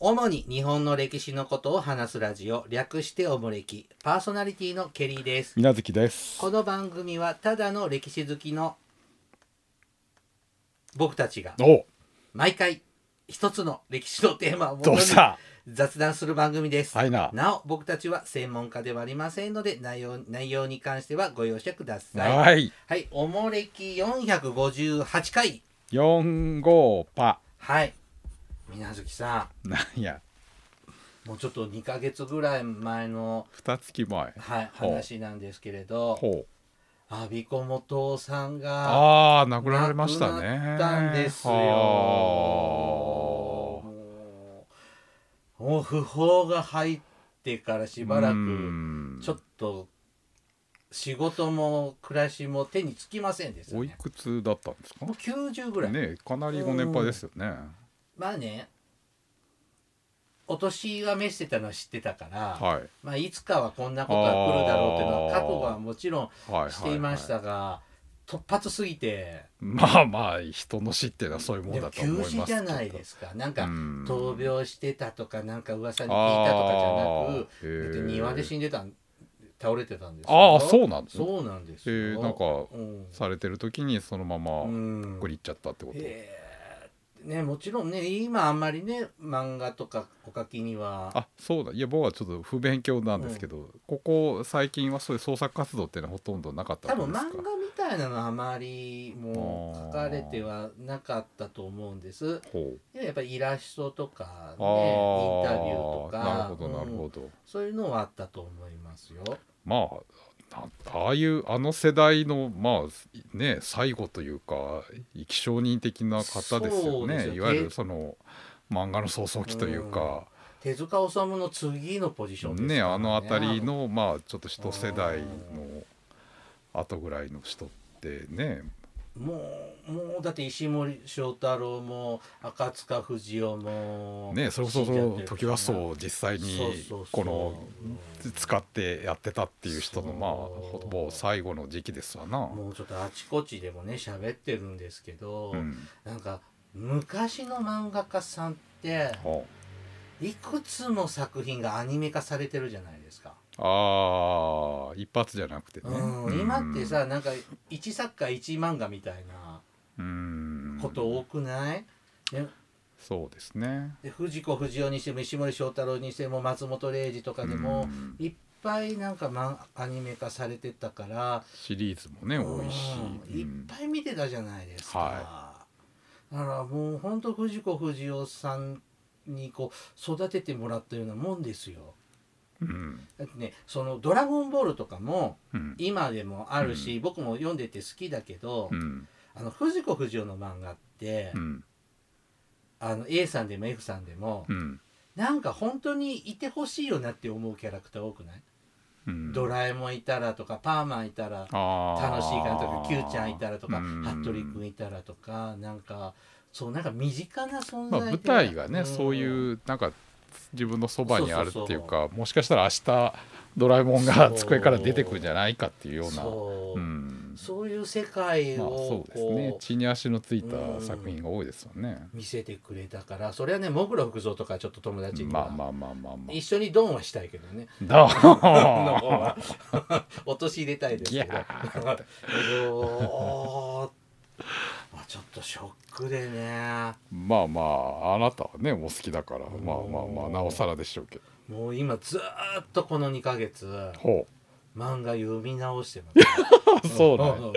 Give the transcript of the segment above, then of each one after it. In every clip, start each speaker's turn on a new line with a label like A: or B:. A: 日本の歴史のことを話すラジオ略しておもれきパーソナリティのケリーです
B: 水無月です。
A: この番組はただの歴史好きの僕たちが
B: お、
A: 毎回一つの歴史のテーマをもと
B: どう
A: に
B: した。
A: 雑談する番組です、
B: はいな。
A: なお僕たちは専門家ではありませんので内容内容に関してはご容赦ください
B: はい。
A: はいおもれき458回
B: 四五パ。
A: はい水無月さん
B: なんや。
A: もうちょっと2ヶ月ぐらい前の、
B: 二月前。
A: はい、
B: ほう
A: 話なんですけれど
B: ほう。
A: 阿鼻子元さんが
B: ああ、亡くなられましたね。
A: 亡くなったんですよ。
B: は
A: もうもう不法が入ってからし
B: あ
A: ばら
B: う
A: く
B: ん
A: ちょっと仕事も暮らしも手につきませんです
B: おい
A: ね。
B: くつだったんですか
A: もう。90ぐらい、
B: ね、かなりご年配ですよね。
A: まあねお年が召してたのは知ってたから、
B: はい。
A: まあ、いつかはこんなことが来るだろうっていうのは
B: あー
A: 覚悟はもちろん
B: はい。
A: していまし
B: は
A: たが、突発すぎて
B: い。はいまあまあ、人の死っていうのはそういうも
A: で
B: ん
A: も
B: だと
A: 急
B: 思いますけ
A: 死
B: ど。
A: じゃないですかなんか
B: うん
A: 闘病してたとかなんか噂
B: あ
A: に
B: ー。
A: 聞いたとか
B: じ
A: じゃなくだって庭で
B: ん
A: 死んでたん倒れてたんです
B: ああ、そうなの。
A: そうなんですよ、
B: えー、なんか
A: うん
B: されてる時にそのま
A: う
B: ま
A: ん
B: 送り行っちゃったってこと、
A: えーねもちろんね今あんまりね漫画とかお書きには
B: あそうだいや僕はちょっと不勉強なんですけど、ここ最近はそういう創作活動っていうのはほとんどなかった
A: 多
B: んで
A: 分漫
B: すか
A: 画みたいなのはあまりもう書かれてはなかったと思うんです
B: ほう
A: でもやっぱりイラストとかね
B: あ
A: インタビューと
B: ー
A: か
B: なるほどなる
A: うん
B: ほど、
A: そういうのはあったと思いますよ。
B: まあなんああいうあの世代のまあね最後というか生き証人的な方です
A: そ
B: よ
A: うで
B: ね
A: すよ
B: いわゆるその漫画の創創期というか、
A: 手塚治虫の次のポジションです
B: ねあの辺り
A: あ
B: のまあちょっと一世代の後ぐらいの人ってね
A: もうもうだって石森章太郎も赤塚不二夫も
B: ねそれこそその時はそう実際
A: そう
B: に
A: そうそう
B: この使ってやってたっていう人のまあ
A: そう
B: もう最後の時期ですわな。
A: もうちょっとあちこちでもね喋ってるんですけど、
B: うん、
A: なんか昔の漫画家さんって
B: ほう
A: いくつも作品がアニメ化されてるじゃないですか。
B: ああ一発じゃなくてね。
A: うん、今ってさなんか1作家1漫画みたいな
B: うん
A: こと多くない、ね
B: そうですね。
A: で藤子不二雄にしても石森章太郎にしても松本零士とかでも
B: うん
A: いっぱいなんかマンアニメ化されてたから
B: シリーズもね多いし。
A: うんいっぱい見てたじゃないですか、
B: は
A: だからもうほんと藤子不二雄さんにこう育ててもらったようなもんですよ
B: うん
A: だってねその「ドラゴンボール」とかも
B: うん
A: 今でもあるし、僕も読んでて好きだけど、
B: うん
A: あの藤子不二雄の漫画って、
B: うん
A: あの A さんでも F さんでも、
B: うん
A: なんか本当にいてほしいよなって思うキャラクター多くない、
B: うん
A: ドラえもんいたらとかパーマンいたら楽
B: 楽
A: しいかなとかキューちゃんいたらとか服部
B: ん
A: 君いたらとかなんかそうなんか身近な存在
B: まあ、
A: で
B: 舞台がね、
A: ん
B: そういうなんか自分のそばにあるっていうか
A: そうそ
B: もしかしたら明日ドラえもんが
A: そう
B: 机から出てくるんじゃないかっていうような
A: そう,、
B: ん、
A: そういう世界
B: まあ
A: を
B: そうですね
A: こう
B: 地に足のついた作品が多いですよね。
A: 見せてくれたからそれはねもぐろ福蔵とかちょっと友達に
B: ま
A: は
B: あまあまあま あまあ
A: 一緒にドンはしたいけどね。
B: だ
A: の方は 落とし入れたいです
B: ギ
A: け
B: ャ
A: ど。
B: ーって
A: おーまあちょっとショックでね
B: まあまああなたはねもう好きだからまあまあまあ
A: うん
B: なおさらでしょうけど
A: もう今ずーっとこの2ヶ月
B: ほ
A: 漫画読み直してます
B: う そうだ、ね、
A: ん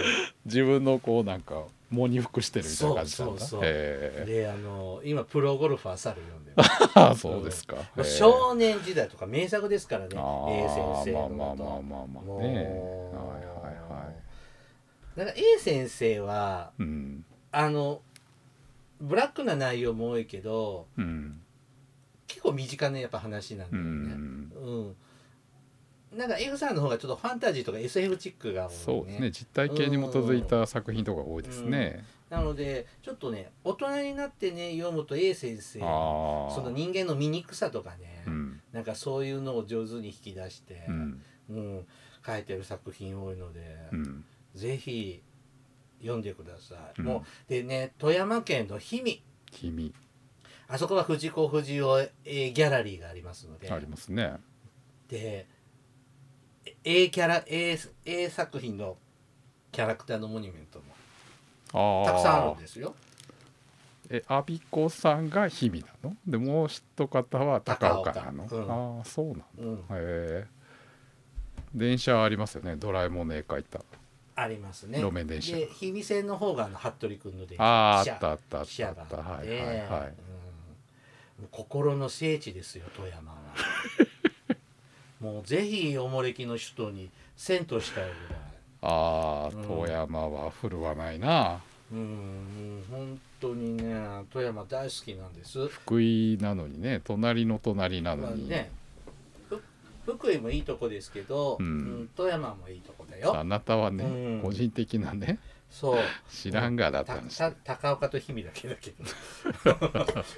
B: 自分のこうなんか喪に服してるみたいな感じなんだ
A: そうそうそう
B: へ
A: であの今プロゴルファー猿読んでます
B: えあそうですか、へえ
A: 少年時代とか名作ですからね
B: あ
A: A
B: あ
A: 先生のこ
B: まあまあ
A: と
B: まあまあまあね
A: もう
B: はいはいはい
A: だから A 先生は
B: うん
A: あのブラックな内容も多いけど
B: うん
A: 結構身近なやっぱ話なん
B: う
A: だよね、
B: ん
A: うん、なんか F さんの方がちょっとファンタジーとか SF チックが多いね
B: そうですね実体系に基づいた作品とか多いですね
A: なのでちょっとね大人になってね読むと A 先生
B: あ
A: の
B: あ
A: その人間の醜さとかね、
B: うん
A: なんかそういうのを上手に引き出して、
B: うん
A: うん書いてる作品多いので、
B: うん
A: ぜひ読んでください、
B: うん
A: もうでね富山県の氷見
B: 君
A: あそこは藤子不二雄えーギャラリーがありますので、
B: ありますね。
A: でえ A キャラ A, A 作品のキャラクターのモニュメントも
B: ああ。
A: たくさんあるんですよ。
B: え、阿比子さんが氷見なので、もう一方は高岡なの、
A: 高岡
B: ああ、そうなの。
A: うん、
B: へえ。電車ありますよね。ドラえもんの絵描いた。
A: ありますね。
B: 路面電車
A: で氷見線の方があの服部君の電
B: ああ、あ
A: 汽車
B: ったあったあっ
A: 記者
B: たあ
A: が
B: った。
A: あ
B: は
A: っ
B: い
A: て、
B: はいは
A: うんもう心の聖地ですよ富 山はもうぜひおもれきの首都に遷都したいぐらい
B: い。ああ、
A: うん
B: 遠山は振るわないな。
A: うんもう本当にね富山大好きなんです
B: 福井なのにね、隣の隣な
A: ま
B: の
A: あ
B: に。
A: ねふ福井もいいとこですけど、
B: うん
A: うん富山もいいとこだよ
B: あなたはね、
A: うん
B: 個人的なね、
A: そう
B: 知らんがだった
A: た
B: んです。
A: た高岡と氷見だけだけ ど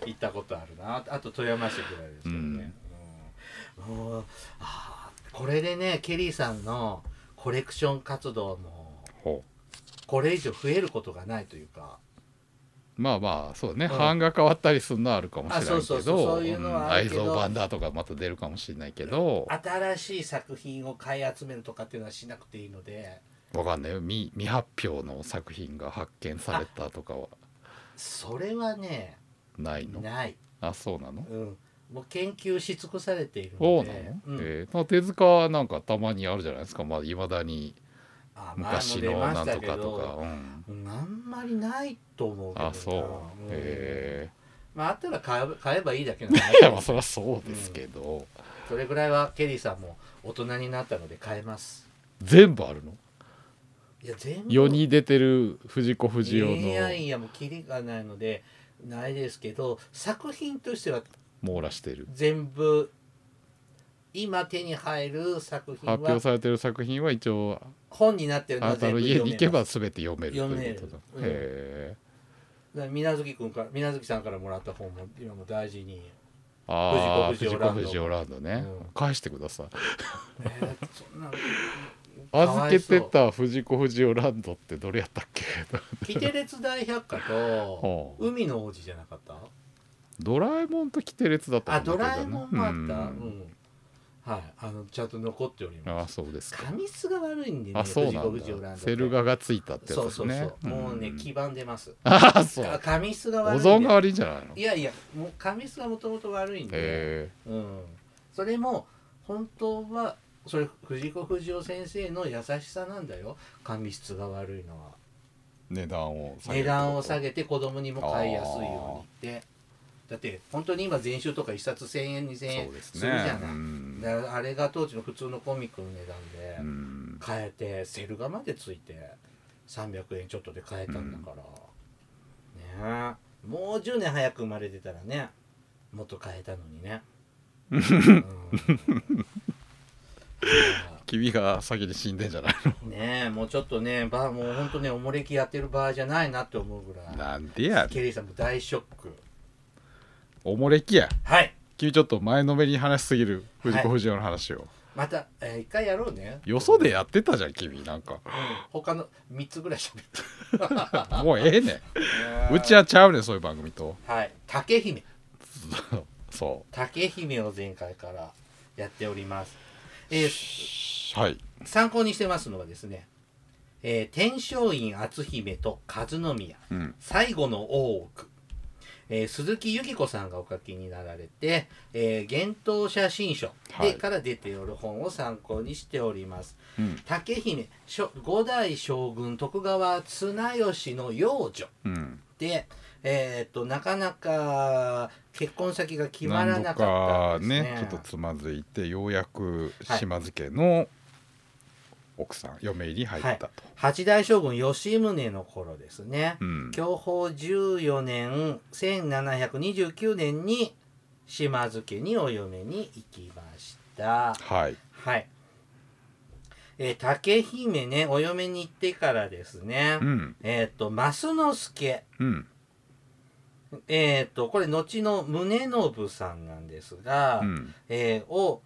A: 行ったことあるなあと富山市ぐらいですけどね、うんもうあーこれでねケリーさんのコレクション活動も
B: ほ
A: これ以上増えることがないというか
B: うまあまあそうだね、
A: うん
B: 版が変わったりするのはあるかもしれない
A: あそうそう
B: け
A: そう
B: ど
A: そういうのはある
B: 愛
A: けど
B: 蔵版だとかまた出るかもしれないけど
A: 新しい作品を買い集めるとかっていうのはしなくていいので
B: わかんないよ未未発表の作品が発見されたとかは
A: それはね
B: ないの
A: ない、
B: あそうなの
A: うん、もう研究し尽くされている
B: そ
A: の
B: うなの
A: で、、うん
B: えーまあ手塚なんかたまにあるじゃないですかまあいまだに
A: あ前も
B: 昔
A: 出
B: の
A: ま
B: な
A: し
B: んと
A: たけ
B: かと
A: ど
B: か、うん、
A: うんあんまりないと思うけどな
B: あそう
A: うん
B: へ
A: まああったら買えば買えばいいだけなんで
B: え い やまあそりゃそうですけど、
A: それぐらいはケリーさんも大人になったので買えます
B: 全部あるの
A: いや全部
B: 世に出てる藤子不二雄
A: いやい
B: の
A: やもうキリがないのでないですけど作品としては
B: 網羅してる
A: 全部今手に入る作品
B: 発表
A: は
B: されてる作品は一応
A: 本になってるの
B: あ
A: は
B: なた
A: 全
B: の
A: 部
B: 家
A: 読
B: に
A: め
B: 行け
A: ま
B: ば
A: す
B: 全て読めるということだ
A: 読めるうん
B: へえ
A: だから水無月君から水無月さんからもらった本も今も大事に、
B: ああ
A: 藤
B: 藤
A: 子
B: 子
A: 不
B: 不
A: 二
B: 二
A: 雄
B: 雄ランドね、
A: うん
B: 返してください
A: ねそんな
B: 預けて
A: かわ
B: た藤子不二雄ランドってどれやったっけ
A: い そうキテレツ大百科と
B: はあ
A: 海の王子じゃなかった
B: ドラえもんとキテレツだった
A: あ、
B: んだ
A: ド
B: けどね
A: ラえもんもあった。う
B: うん
A: ん。はい、あの、ちゃんと残っており
B: あ
A: ま
B: あ
A: す。
B: そうですか
A: 紙質が悪いんでね、
B: あそう
A: 藤
B: な
A: 子不二雄
B: ん
A: ラン
B: だ
A: ド
B: セル
A: が。
B: 画がついたってやつ
A: そう
B: で
A: そ
B: す
A: う
B: ね
A: そう。もうね、黄ばんでます。
B: ああそう
A: あ紙質が
B: 保
A: 悪いんで。
B: 存が悪いんじゃないの
A: いやいや、もう紙質がもともと悪いんで。
B: へ
A: うん。それも、本当は、それ藤子不二雄先生の優しさなんだよ紙質が悪いのは
B: え値段を下
A: 値
B: げるってこと
A: 段を下げて子供にも買いやすいようにってだって本当に今全集とか一冊1,000円2,000円
B: そうです
A: す
B: ね
A: るじゃない、
B: うん
A: だからあれが当時の普通のコミックの値段で
B: うん
A: 買えてセル画までついて300円ちょっとで買えたんだから、ねえもう10年早く生まれてたらねもっと買えたのにね、うん
B: 君が先に死んでんじゃない
A: ねえもうちょっとねばもうほんとねおもれきやってる場合じゃないなって思うぐ
B: の
A: ら
B: なんで
A: い
B: や
A: ケリーさんも大ショック
B: おもれきや
A: はい
B: 君ちょっと前のめりに話しすぎる藤
A: はい
B: 子不二雄の話を、
A: また、えー一回やろうね
B: よそでやってたじゃん君な んか
A: 他の3つぐらい喋って
B: もうええねんうち
A: は
B: はちゃうねんそういう番組と
A: はい竹姫
B: そ
A: 竹姫を前回からやっております、
B: う、
A: えー
B: しはい
A: 参考にしてますのはですね、えー天璋院篤姫と和宮
B: うん
A: 最後の大奥、えー鈴木由紀子さんがお書きになられて「えー幻冬写真書で」
B: はい
A: から出ておる本を参考にしております
B: うん
A: 竹姫しょ五代将軍徳川綱吉の養女
B: うん
A: で、えーっとなかなか結婚先が決まらなかったんですね
B: 何度かねちょっとつまずいてようやく島津家の奥さん、嫁入り入ったと、
A: 八代将軍吉宗の頃ですね、
B: うん
A: 享保14年1729年に島津家にお嫁に行きました
B: はい
A: はい、えー竹姫ねお嫁に行ってからですね、
B: うん
A: えーっと増之助
B: うん
A: えーっとこれ後の宗信さんなんですが、
B: うん
A: えーを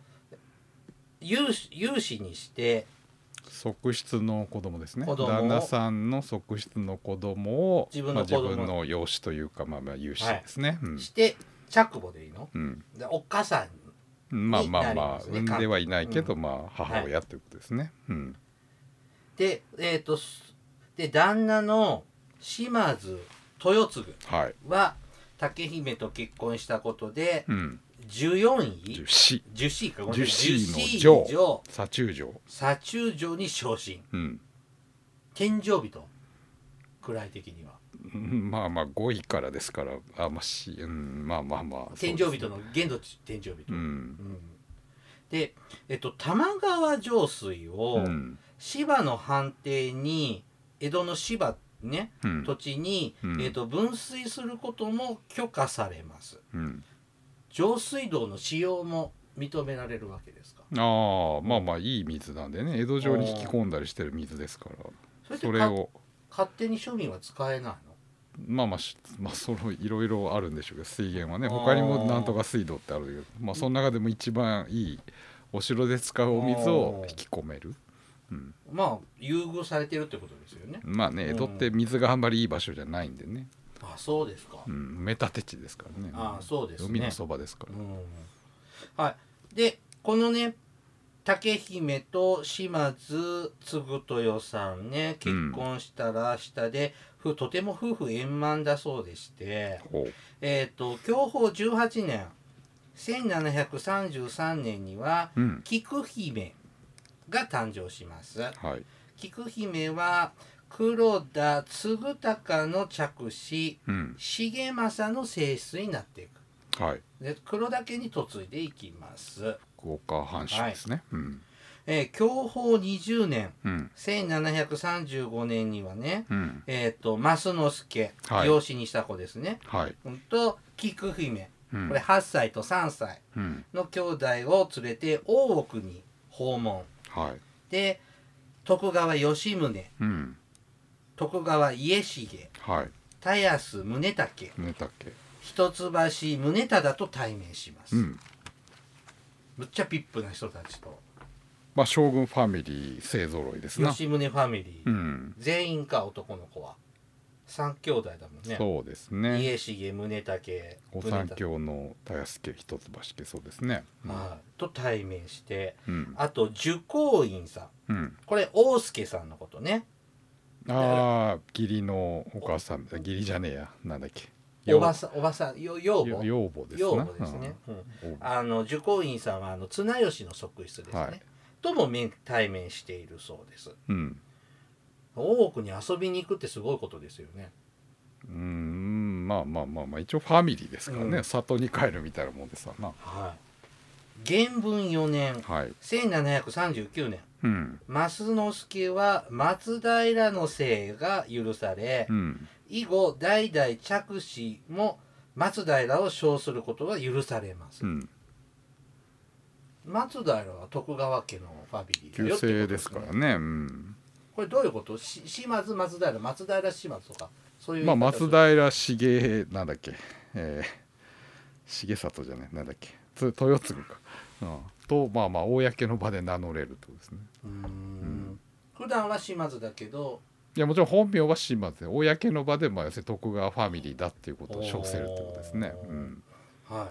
A: 有志有志にして
B: 側室の子供ですね
A: 子供を
B: 旦那さんの側室の子供を
A: 自分の子供
B: まあ、自分の養子というかまあまあ養子ですね、うん
A: して、着母でいいの
B: うん、
A: でおっかさん
B: まあま
A: にな
B: あま
A: りま
B: あ
A: すね
B: 産んではいないけど、まあ
A: はい
B: 母親ということですね、うん
A: でえっ、とすで旦那の島津豊次
B: はい、
A: は竹姫と結婚したことで
B: うん、
A: 14位
B: 樹脂
A: 樹脂かごめんなさい
B: 樹脂の
A: 樹脂上
B: 左中城
A: 左中将に昇進
B: うん
A: 天井人位的には
B: うんまあまあ5位からですからあまあし、うん、まあまあまあ
A: 天井
B: そうです
A: 人
B: ね
A: の限度値天井人、
B: う
A: うんんで、えっと、玉川上水
B: う
A: を
B: ん
A: 芝の藩邸に江戸の芝ね
B: うん
A: 土地に、
B: うん
A: えっと、分水することも許可されます
B: うん
A: 上水道の使用も認められるわけですか
B: ああまあまあいい水なんでね江戸城に引き込んだりしてる水ですから
A: それって
B: それ
A: か
B: を
A: 勝手に庶民は使えないの
B: まあまあしまあそのいろいろあるんでしょうけど水源はね
A: あー
B: 他にもなんとか水道ってあるけどまあその中でも一番いいお城で使うお水を引き込める、うん、
A: まあ優遇されてるってことですよね
B: まあね江戸って水があんまりいい場所じゃないんでね、
A: あそうですか、
B: うん、メタテ地ですからね
A: あそうですね
B: 海のそばですから、
A: うん、はいでこのね竹姫と島津継豊さんね結婚したら下で、ふとても夫婦円満だそうでして
B: ほう
A: えっ、と享保18年1733年には
B: うん
A: 菊姫が誕生します
B: はい
A: 菊姫は黒田嗣隆の嫡子
B: うん
A: 重政の正室になっていく
B: はい
A: で黒田家に嫁いでいきます、
B: 福岡藩主ですね、うん
A: えー、享保20年
B: うん
A: 1735年にはね
B: うん
A: えっ、と増之助、
B: はい
A: 養子にした子ですね
B: はい、
A: うんと菊姫
B: うん、
A: これ8歳と3歳
B: うん
A: の兄弟を連れて大奥に訪問
B: はい
A: で徳川吉宗
B: うん
A: 徳川家重
B: はい
A: 田安宗武
B: 宗武
A: 一橋宗忠と対面します、
B: うん
A: むっちゃピップな人たちと
B: まあ将軍ファミリー勢ぞろいですな
A: 吉宗ファミリー、
B: うん
A: 全員か男の子は三兄弟だもんね
B: そうですね
A: 家重宗武
B: 御
A: 宗
B: 三
A: 武
B: 教のたやすけ一橋家そうですね
A: はいと対面して
B: うん
A: あと受講院さん
B: うん
A: これ大助さんのことね
B: ああ義理のお母さん義理じゃねえやなんだっけ
A: おばさんおばさんよ養
B: よ
A: 母
B: 養母です
A: 養
B: な
A: 母ですね、うん
B: うんお
A: あの受講院さんはあの綱吉の側室ですね、
B: はい
A: とも面対面しているそうです
B: うん
A: 大奥に遊びに行くってすごいことですよね
B: うんまあまあまあまあ一応ファミリーですからね、
A: うん
B: 里に帰るみたいなもんですわな
A: はい元文4年
B: はい
A: 1739年
B: うん
A: 増之助は松平の姓が許され、
B: うん
A: 以後代々着子も松平を称することが許されます、
B: うん
A: 松平は徳川家のファミリーだ
B: 旧
A: よってこと
B: 姓ですからね、うん、
A: これどういうことし島津松平松平島津とかそういう
B: まあ
A: 言い方
B: 松平重なんだっけ、えー、重里じゃないなんだっけつ豊次か、うん、とまあまあ公の場で名乗れるってことですね
A: うーん普段は島津だけど
B: いやもちろん本名は島津で公の場でまあ要するに徳川ファミリーだっていうことを称せるってことですね
A: おー
B: うん
A: はい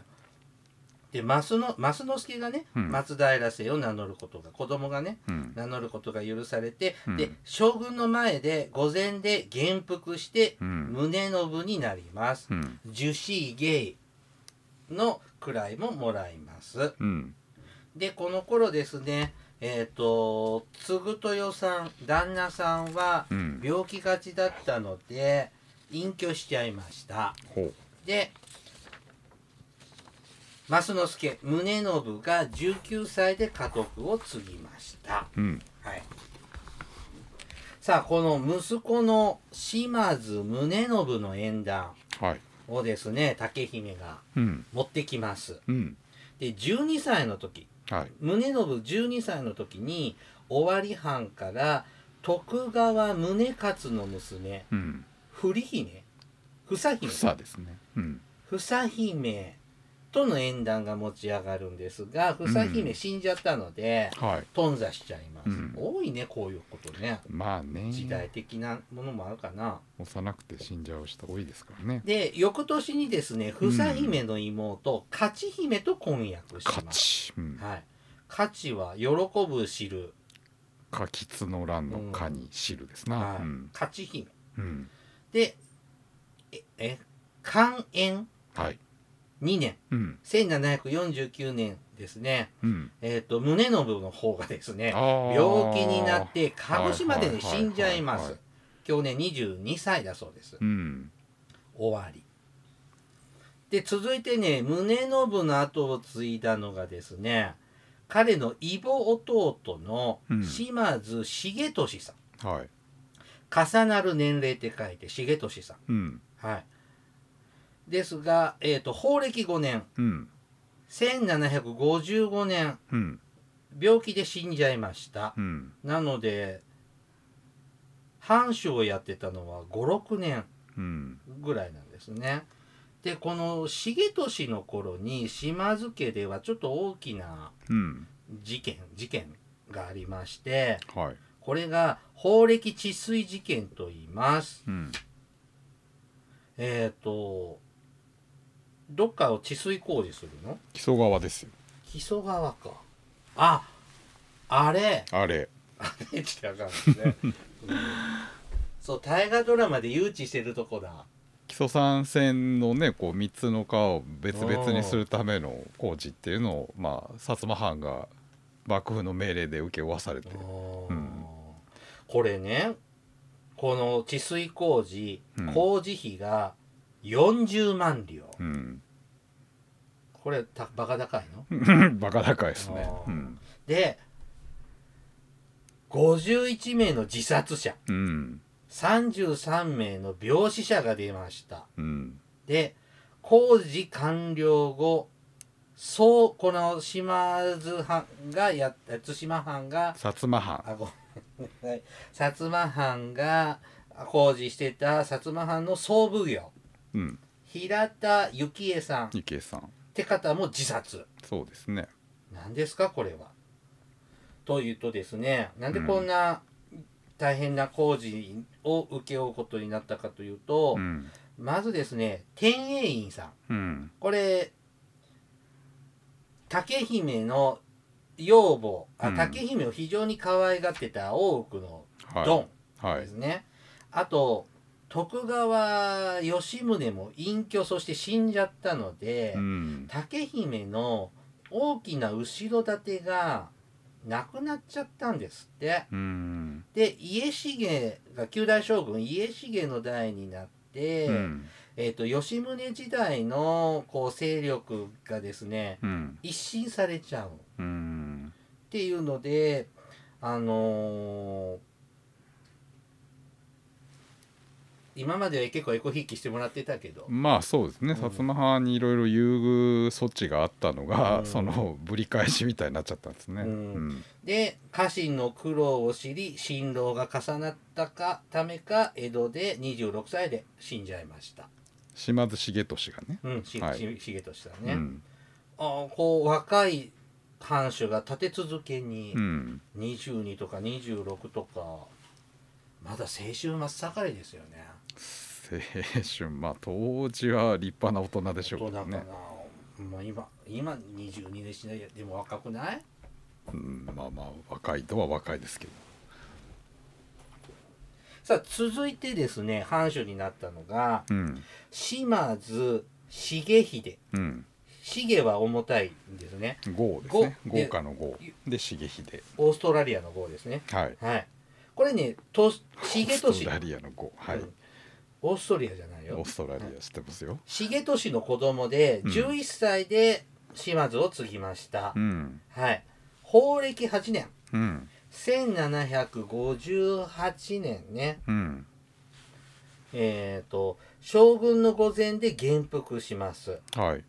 A: で増の増之助がね、
B: うん
A: 松平姓を名乗ることが子供がね
B: うん
A: 名乗ることが許されて、
B: うん
A: で将軍の前で御前で元服して
B: うん
A: 宗信になります
B: うん
A: 樹脂芸の位ももらいます
B: うん
A: でこの頃ですねえっ、と継豊さん旦那さんは
B: うん
A: 病気がちだったので隠居しちゃいました
B: ほう
A: で増之助宗信が19歳で家督を継ぎました
B: うん
A: はい、さあこの息子の島津宗信の縁談
B: はい
A: をですね竹姫が
B: うん
A: 持ってきます
B: うん
A: で12歳の時
B: はい
A: 宗信12歳の時に尾張藩から徳川宗勝の娘
B: うん
A: 振姫房姫
B: 草ですねうん
A: 房姫との縁談が持ち上がるんですが房
B: う
A: 姫
B: ん
A: 死んじゃったので、
B: はい
A: 頓挫しちゃいます、
B: うん
A: 多いねこういうことね
B: まあね
A: 時代的なものもあるかな、
B: 幼くて死んじゃう人多いですからね
A: で翌年にですね房姫の妹、勝姫と婚約し
B: 勝
A: ます
B: ち、うん、
A: はい価値は喜ぶ知る、
B: かきつの乱のかに汁ですな、
A: は
B: う
A: い
B: ん
A: 勝ち姫
B: うん
A: でええ寛延
B: はい
A: 2年
B: うん
A: 1749年ですね
B: うん
A: えっ、と宗信の方がですね病
B: 病
A: 気になって鹿児島でね
B: はいはいは
A: 死
B: い
A: んじゃいま
B: はい
A: す去年22歳だそうです
B: うん
A: 終わりで続いてね宗信の後を継いだのがですね彼の異母弟の
B: うん
A: 島津重俊さん、
B: はい
A: 重なる年齢って書いて重俊さん
B: うん
A: はいですが、えー、と法暦5年
B: うん
A: 1755年
B: うん
A: 病気で死んじゃいました
B: うん
A: なので藩主をやってたのは56年
B: うん
A: ぐらいなんですね。でこの重利の頃に島津家ではちょっと大きな
B: うん
A: 事件事件がありまして
B: はい
A: これが法暦治水事件と言います。
B: うん
A: えっ、とどっかを治水工事するの
B: 木曽川ですよ
A: 木曽川か。ああれ
B: あれ
A: あれってあかんですね。 うんそう大河ドラマで誘致してるとこだ。
B: 木曽三線のねこう3つの川を別々にするための工事っていうのをまあ薩摩藩が幕府の命令で請け負わされて
A: あー
B: うん
A: これねこの治水工事、
B: うん
A: 工事費が40万両、
B: うん
A: これたバカ高いの
B: バカ高いですね
A: あー
B: うん
A: で51名の自殺者
B: うん
A: 33名の病死者が出ました
B: うん
A: で工事完了後そうこの島津藩がや対馬藩が
B: 薩摩藩
A: あごめんなさい薩摩藩が工事してた薩摩藩の総奉行
B: うん
A: 平田幸恵さんっ
B: 池井さん
A: て方も自殺
B: そうですね
A: 何ですかこれは。というとですねなんでこんな大変な工事を請け負うことになったかというと、
B: うん
A: まずですね天英院さん
B: うん
A: これ竹姫の養母あ
B: うん
A: 竹姫を非常に可愛がってた大奥の
B: はい
A: ドン、
B: は
A: で
B: い
A: すね、あと徳川吉宗も隠居そして死んじゃったので、
B: うん
A: 竹姫の大きな後ろ盾がなくなっちゃったんですって
B: うん
A: で家重が旧大将軍家重の代になって、
B: うん
A: えー、と吉宗時代のこう勢力がですね
B: うん
A: 一新されちゃうっ
B: うん
A: ていうのであのー今までは結構エコひいきしてもらってたけど、
B: まあそうですね、
A: うん
B: 薩摩藩にいろいろ優遇措置があったのが、
A: うん
B: そのぶり返しみたいになっちゃったんですね。
A: う
B: うんん
A: で家臣の苦労を知り辛労が重なったかためか江戸で26歳で死んじゃいました、
B: 島津重利がね。
A: うんし
B: はい
A: し重利さんね、
B: うん
A: あーこう若い藩主が立て続けに
B: うん
A: 22とか26とかまだ青春真っ盛りですよね
B: 青春まあ当時は立派な大人でしょう
A: 大
B: け
A: 人
B: ど
A: かな、
B: ね、
A: まあ、今今22でしないでも若くない
B: うん、まあまあ若いとは若いですけど
A: さあ続いてですね藩主になったのが
B: うん
A: 島津重秀
B: うん
A: 重は重たいんですね
B: 豪ですね
A: 豪で
B: 豪華の豪で重秀
A: オーストラリアの号ですね
B: はい
A: はいこれねと重
B: オース
A: 利
B: トラリアの豪はい、
A: うんオーストリアじゃない
B: オ
A: よ
B: ーストラリア知ってますよ、
A: 重利の子供で
B: うん
A: 11歳で島津を継ぎました、
B: うん
A: はい法暦8年
B: うん
A: 1758年ね
B: うん
A: えっ、と将軍の御前で元服します
B: はい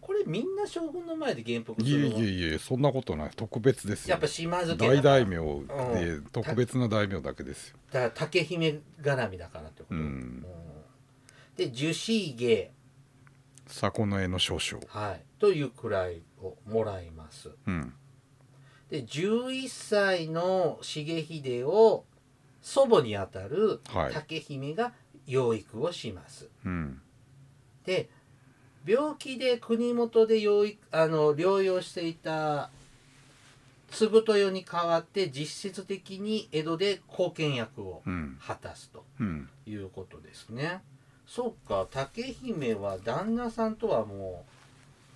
A: これみんな将軍の前で元服す
B: いえ
A: るの
B: いえいえそんなことない特別ですよ
A: やっぱ島津家
B: 大
A: だから
B: 大名で特別な大名だけですよ。
A: だから竹姫絡みだからってこと、
B: うん
A: で樹脂芸
B: 迫の絵の少将。
A: はい、という位をもらいます。
B: うん
A: で11歳の重秀を祖母にあたる
B: はい
A: 竹姫が養育をします。
B: うん
A: で病気で国元で養育あの療養していた継豊に代わって実質的に江戸で貢献役を
B: うん
A: 果たすと
B: うん
A: いうことですね。そうか竹姫は旦那さんとはも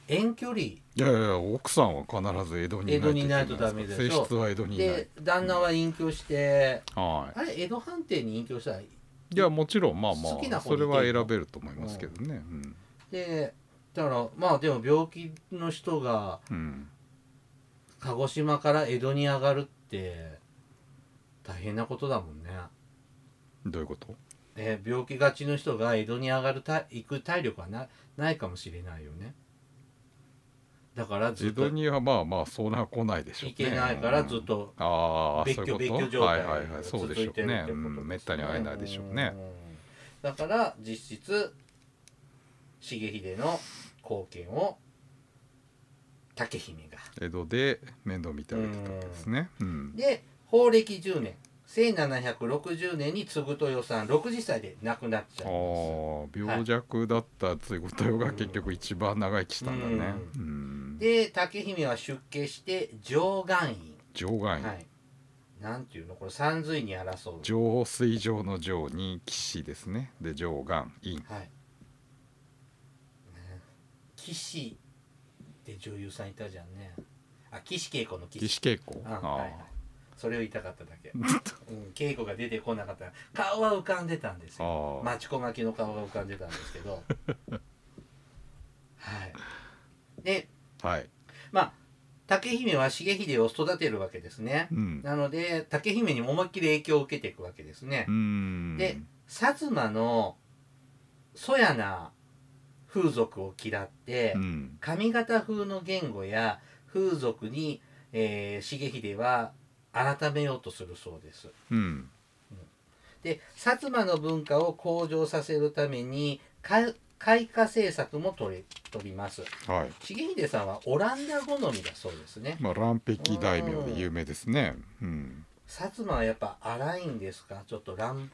A: う遠距離
B: いやいや奥さんは必ず江戸にい
A: 江戸にいないとダメでしょ
B: 性質は江戸にいない
A: で旦那は隠居して、
B: は
A: あれ江戸藩邸に隠居したら
B: いいやもちろんまあま
A: 好きな
B: あ
A: 方
B: そ
A: に
B: れ
A: 行け
B: は選べると思いますけどねうん
A: でだからまあでも病気の人が
B: うん
A: 鹿児島から江戸に上がるって大変なことだもんね。
B: どういうこと
A: え病気がちの人が江戸に上がるた行く体力はなないかもしれないよね。だからず
B: 江
A: っと
B: 戸にはまあまあそんな来ないでしょう
A: 行
B: ね
A: けないからずっと、
B: ああ
A: 別
B: そうい
A: 居
B: うこと
A: 別居状態
B: はいはいはい
A: が
B: そ
A: 続
B: うでし
A: い
B: ょ
A: て
B: う
A: るっ
B: ね
A: て
B: う
A: ことですね
B: んめったに会えないでしょうね。
A: うんだから実質重秀の貢献を竹姫が。
B: 江戸で面倒見てあげてたわけですねうん
A: で法暦10年1760年に継豊さん60歳で亡くなっちゃ
B: ああ
A: いま
B: 病弱だった露御太が結局一番長生きしたんだねう
A: す。
B: ん
A: で竹姫は出家して上岸院。
B: 上岸
A: はい。なんていうのこれ三髄に争う。
B: 上水上の上に岸ですねで上岸院
A: はい。ね岸って女優さんいたじゃんね。あ、岸恵子の岸。
B: 岸稽古
A: うん
B: あ
A: はいはい
B: あ。
A: それを言いたかっただけ。うん、恵子が出てこなかったら顔は浮かんでたん ですよ。
B: ああ
A: マチコ巻きの顔が浮かんでたんですけど。 はい。で、
B: はい
A: まあ竹姫は重秀を育てるわけですね
B: う。ん
A: なので竹姫にも思いっきり影響を受けていくわけですね。
B: うん
A: で薩摩のそやな風俗を嫌って、
B: うん
A: 上方風の言語や風俗に、えー重秀は改めようとするそうです。
B: うん
A: で薩摩の文化を向上させるためにか開花政策も取り取ります。
B: はい
A: 重秀さんはオランダ好みだそうですね。
B: まあ乱壁大名で有名ですねうん
A: 薩摩はやっぱ荒いんですかちょっと乱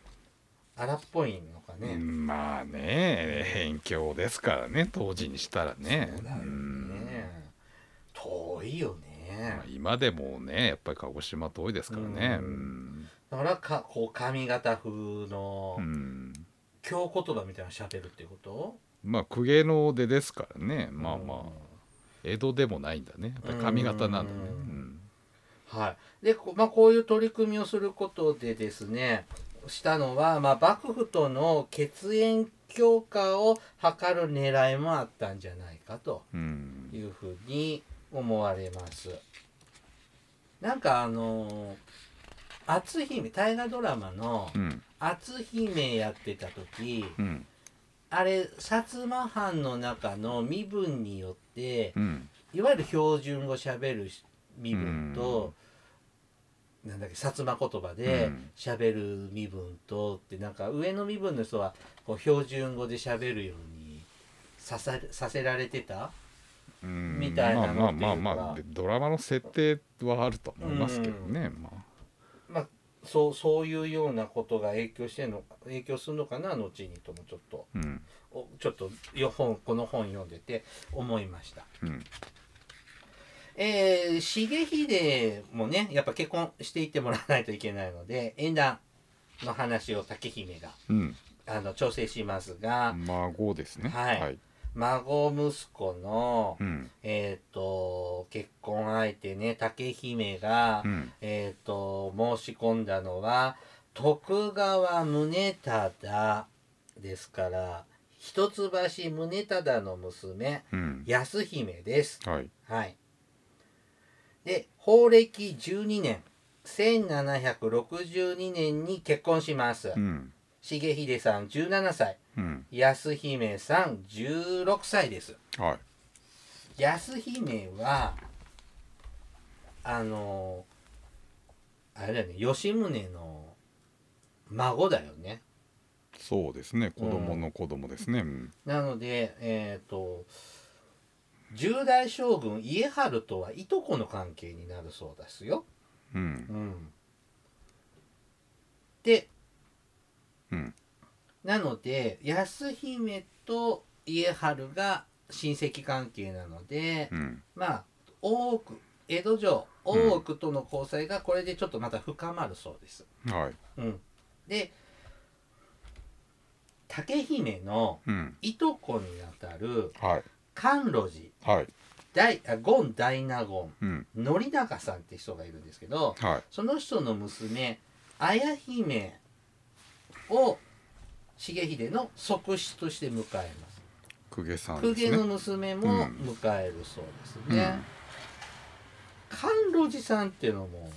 A: 荒っぽいのかね。
B: うんまあね辺境ですからね当時にしたらね
A: そうだよ
B: うん
A: ね。遠いよね
B: まあ。今でもねやっぱり鹿児島遠いですからね
A: う
B: うんん、
A: だからかこう髪型風の
B: うん
A: 京言葉みたいなの喋るっていうこと、
B: まあ公家の出ですからねまあ
A: う
B: ま
A: ん
B: あ江戸でもないんだねやっぱり髪型なんだね
A: う
B: うん
A: はい、でこ,、まあ、こういう取り組みをすることでですねしたのは、まあ、幕府との血縁強化を図る狙いもあったんじゃないかと
B: うん
A: いうふうに思われます。なんかあの篤姫大河ドラマの
B: うん
A: 篤姫やってた時
B: うん
A: あれ薩摩藩の中の身分によって
B: うん
A: いわゆる標準語しゃべるし身分と、なんだっけ薩摩言葉で
B: うん
A: しゃべる身分とってなんか上の身分の人はこう標準語でしゃべるようにさささせられてた
B: うん
A: みたいなのっ
B: まあ
A: ていう
B: ま
A: か
B: あまあまあドラマの設定はあると思いますけどね、まあ
A: そうそういうようなことが影響してんの影響するのかな後にともちょっと
B: うん
A: おちょっとよ本この本読んでて思いました。
B: うん
A: えー、重秀もねやっぱ結婚していってもらわないといけないので縁談の話を竹姫が
B: うん
A: あの調整しますが、
B: 孫ですね
A: はい孫息子の、
B: うん
A: えっ、と結婚相手ね竹姫が、
B: うん
A: えっ、と申し込んだのは徳川宗忠ですから一橋宗忠の娘
B: うん
A: 安姫です。
B: はい
A: はい。で、法暦12年、1762年に結婚します。
B: うん
A: 重秀さん17歳、
B: うん
A: 安姫さん16歳です。
B: はい
A: 安姫は、あのあれだよね、吉宗の孫だよね。
B: そうですね子供の子供ですね、うん
A: なので、えっ、と、十代将軍家治とはいとこの関係になるそうですよ。
B: うん
A: うん、で、
B: うん
A: なので安姫と家治が親戚関係なので、
B: うん
A: まあ大奥江戸城
B: うん
A: 大奥との交際がこれでちょっとまた深まるそうです。
B: はい
A: うん、で竹姫の
B: うん
A: いとこにあたる
B: はい
A: 甘露寺
B: はい
A: 大あ権大納言
B: うん
A: 宣長さんって人がいるんですけど
B: はい
A: その人の娘綾姫を重秀の側室として迎えます
B: 公家さん
A: 公
B: です
A: 家
B: ね
A: の娘も迎えるそうですね、甘露寺さんっていうのも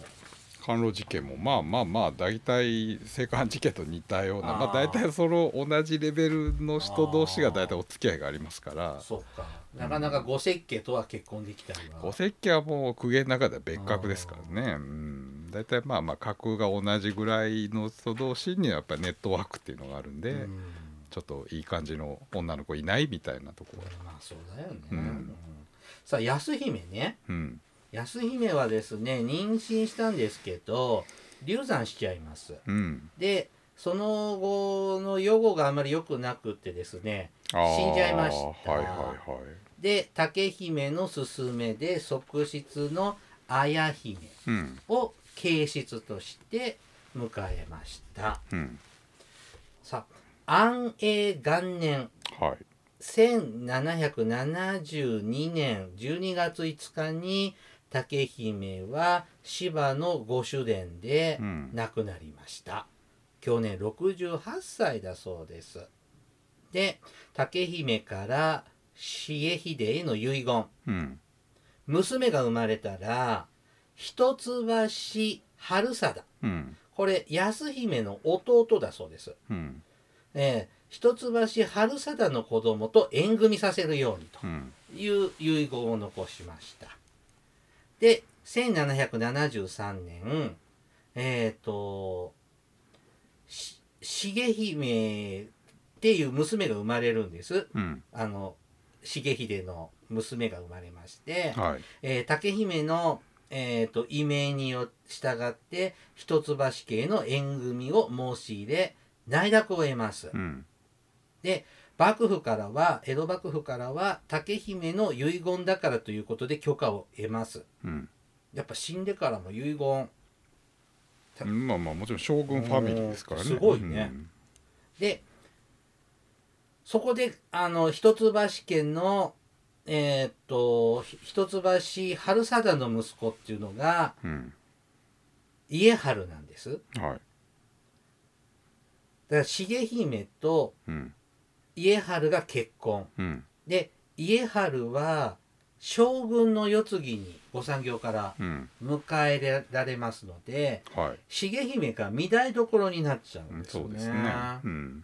B: 甘露事件もまあまあまあ大体性犯事件と似たようなまあ
A: あー
B: 大体その同じレベルの人同士が大体お付き合いがありますから
A: そうかなかなかご設計とは結婚できたりは
B: 戸籍はもう公家の中では別格ですからねうん大体まあまあ格が同じぐらいの人同士にはやっぱりネットワークっていうのがあるんで、
A: うん
B: ちょっといい感じの女の子いないみたいなとこは
A: まあそうだよね、
B: うん
A: うんさあ安姫ね
B: うん
A: 安姫はですね妊娠したんですけど流産しちゃいます
B: うん
A: でその後の予後があまり良くなくってですね
B: あー
A: 死んじゃいました
B: はいはいはい
A: で竹姫の勧めで側室の綾姫
B: うん
A: を継室として迎えました
B: うん
A: さあ安永元年
B: はい
A: 1772年12月5日に竹姫は芝の御主殿で
B: うん
A: 亡くなりました、去年68歳だそうですで竹姫から重秀への遺言
B: うん
A: 娘が生まれたら一橋春貞
B: うん
A: これ安姫の弟だそうです、
B: うん
A: えー、一橋春貞の子供と縁組させるようにと
B: うん
A: いう遺言を残しました。で、1773年、えっ、と、し重姫っていう娘が生まれるんです。
B: うん
A: あの、重秀の娘が生まれまして、
B: はい
A: えー竹姫の、えー、と異名によ従って一橋家への縁組を申し入れ内諾を得ます
B: う。ん
A: 幕府からは江戸幕府からは竹姫の遺言だからということで許可を得ます
B: うん
A: やっぱ死んでからも遺言
B: まあまあもちろん将軍ファミリーですからね
A: うんすごいねでそこであの一橋家のえーっとひ一橋春貞の息子っていうのが
B: うん、
A: 家春なんですだか
B: うんはい
A: ら重姫と
B: うん
A: 家春が結婚
B: うん
A: で家春は将軍の世継ぎにご産業から
B: うん
A: 迎えられますので、
B: はい、
A: 重姫が御台所になっちゃう
B: うんん、
A: ですね。
B: そうですねうん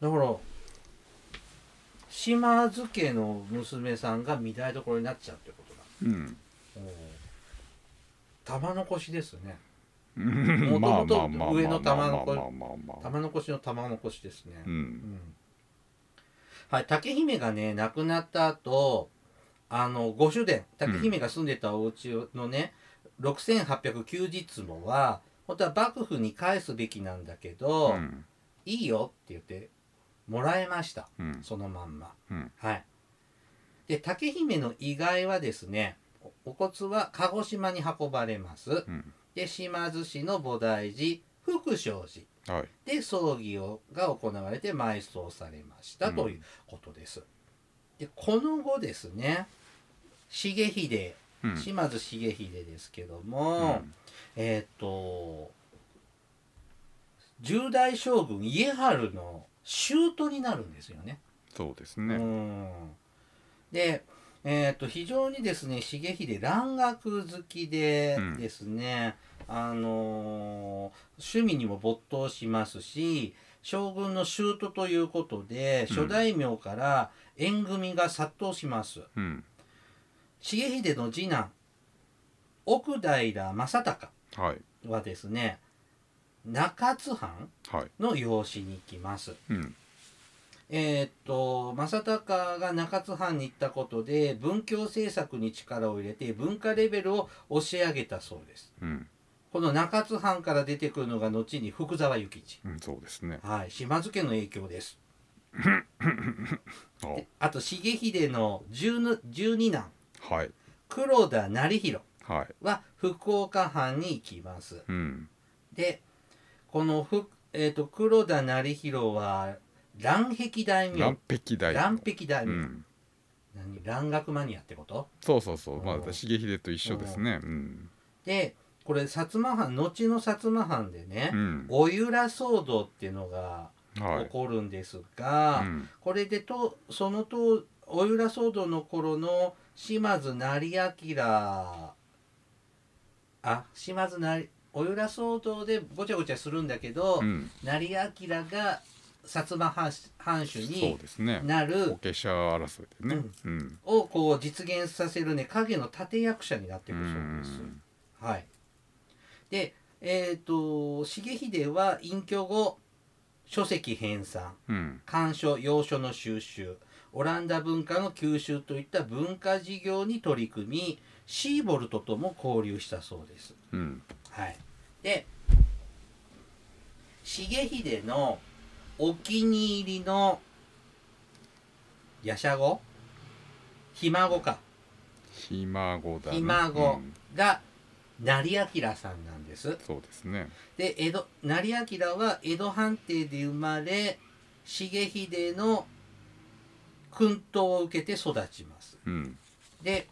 A: だから島津家の娘さんが御台所になっちゃうってことだ。
B: うん
A: おー玉残しですね。
B: うんまあまあまあ
A: 元々上の
B: まあ
A: 玉
B: ま
A: の
B: あ
A: 子
B: まあまあまあ
A: 玉残しの玉残しですね。
B: う
A: うんんはい、竹姫がね亡くなった後あの御主殿竹姫が住んでたお家のね、6890坪は本当は幕府に返すべきなんだけど、
B: うん
A: いいよって言ってもらえました
B: うん
A: そのまんま、
B: うん
A: はいで竹姫の遺骸はですねおお骨は鹿児島に運ばれます
B: うん
A: で島津市の菩提寺福祥寺
B: はい
A: で葬儀をが行われて埋葬されましたということです。でこの後ですね重秀
B: うん
A: 島津重秀ですけど
B: う
A: も、
B: ん
A: えっ、と十代将軍家治の舅になるんですよね。
B: そうです
A: う
B: ね
A: んでえっ、と非常にですね重秀蘭学好きで
B: うん
A: ですね、あのー趣味にも没頭しますし将軍の舅ということで
B: うん
A: 諸大名から縁組が殺到します、
B: うん
A: 重秀の次男奥平正隆
B: はい
A: はですね中津藩
B: はい
A: の養子に行きます
B: うん
A: えーっと正隆が中津藩に行ったことで文教政策に力を入れて文化レベルを押し上げたそうです
B: うん、
A: この中津藩から出てくるのが後に福沢諭吉
B: うん、そうですね。
A: はい島津家の影響です
B: あ
A: であと重秀の十の十二男
B: はい
A: 黒田成弘
B: はい。
A: は福岡藩に行きます
B: うん
A: でこのふ、えー、と黒田成弘は乱壁大名
B: 乱壁大
A: 乱壁大
B: う
A: 名、
B: ん、
A: 何蘭学マニアってこと
B: そうそうそうまあ
A: うん
B: 重秀と一緒ですねうん
A: でこれ薩摩藩後の薩摩藩でね、
B: うん
A: おゆら騒動っていうのが
B: は
A: 起
B: い
A: こるんですが、
B: うん
A: これでとそのとおゆら騒動の頃の島津成明あ島津成おゆら騒動でごちゃごちゃするんだけど、
B: うん
A: 成明が薩摩藩主藩主
B: そう
A: に
B: ですね
A: な
B: お
A: る
B: 化粧争いでねうん
A: をこう実現させるね影の立役者になって
B: う
A: いくそうです。
B: ん
A: はい、でえっ、と重秀は隠居後書籍編纂
B: うん
A: 漢書洋書の収集オランダ文化の吸収といった文化事業に取り組みシーボルトとも交流したそうです。
B: うん
A: はい、で重秀のお気に入りのやしゃごひ孫か
B: ひ孫だね
A: ひ孫
B: うん
A: が成明さんなんです。
B: そうですね
A: で江戸成明は江戸藩邸で生まれ重秀の薫陶を受けて育ちます
B: うん
A: で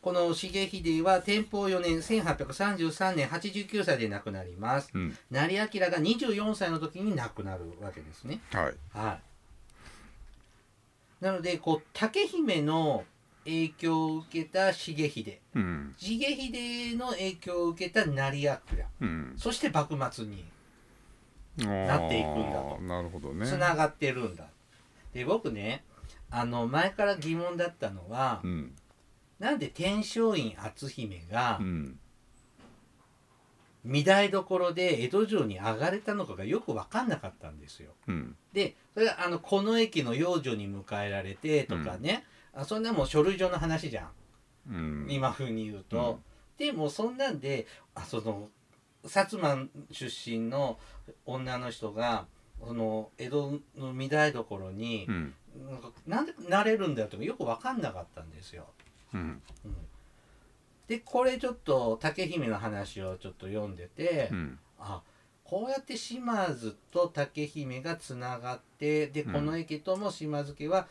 A: この重秀は天保4年1833年89歳で亡くなります
B: うん
A: 成明が24歳の時に亡くなるわけですね
B: はい
A: はいなのでこう竹姫の影響を受けた重秀
B: うん
A: 重秀の影響を受けた成明
B: うん
A: そして幕末に
B: な
A: っていくんだと
B: なるほどね
A: つながってるんだ。で僕ねあの前から疑問だったのは、
B: うん
A: なんで天璋院篤姫が
B: うん
A: 御台所で江戸城に上がれたのかがよく分かんなかったんですよ。
B: うん
A: でそれはあのこの駅の養女に迎えられてとかね、あそんなもう書類上の話じゃん、
B: うん
A: 今風に言うと。でもうそんなんであその薩摩出身の女の人がその江戸の御台所に、
B: うん
A: なんかなんでなれるんだよとかよく分かんなかったんですよ。
B: うん
A: うんでこれちょっと竹姫の話をちょっと読んでて、
B: うん
A: あこうやって島津と竹姫がつながってで
B: うん
A: この駅とも島津家は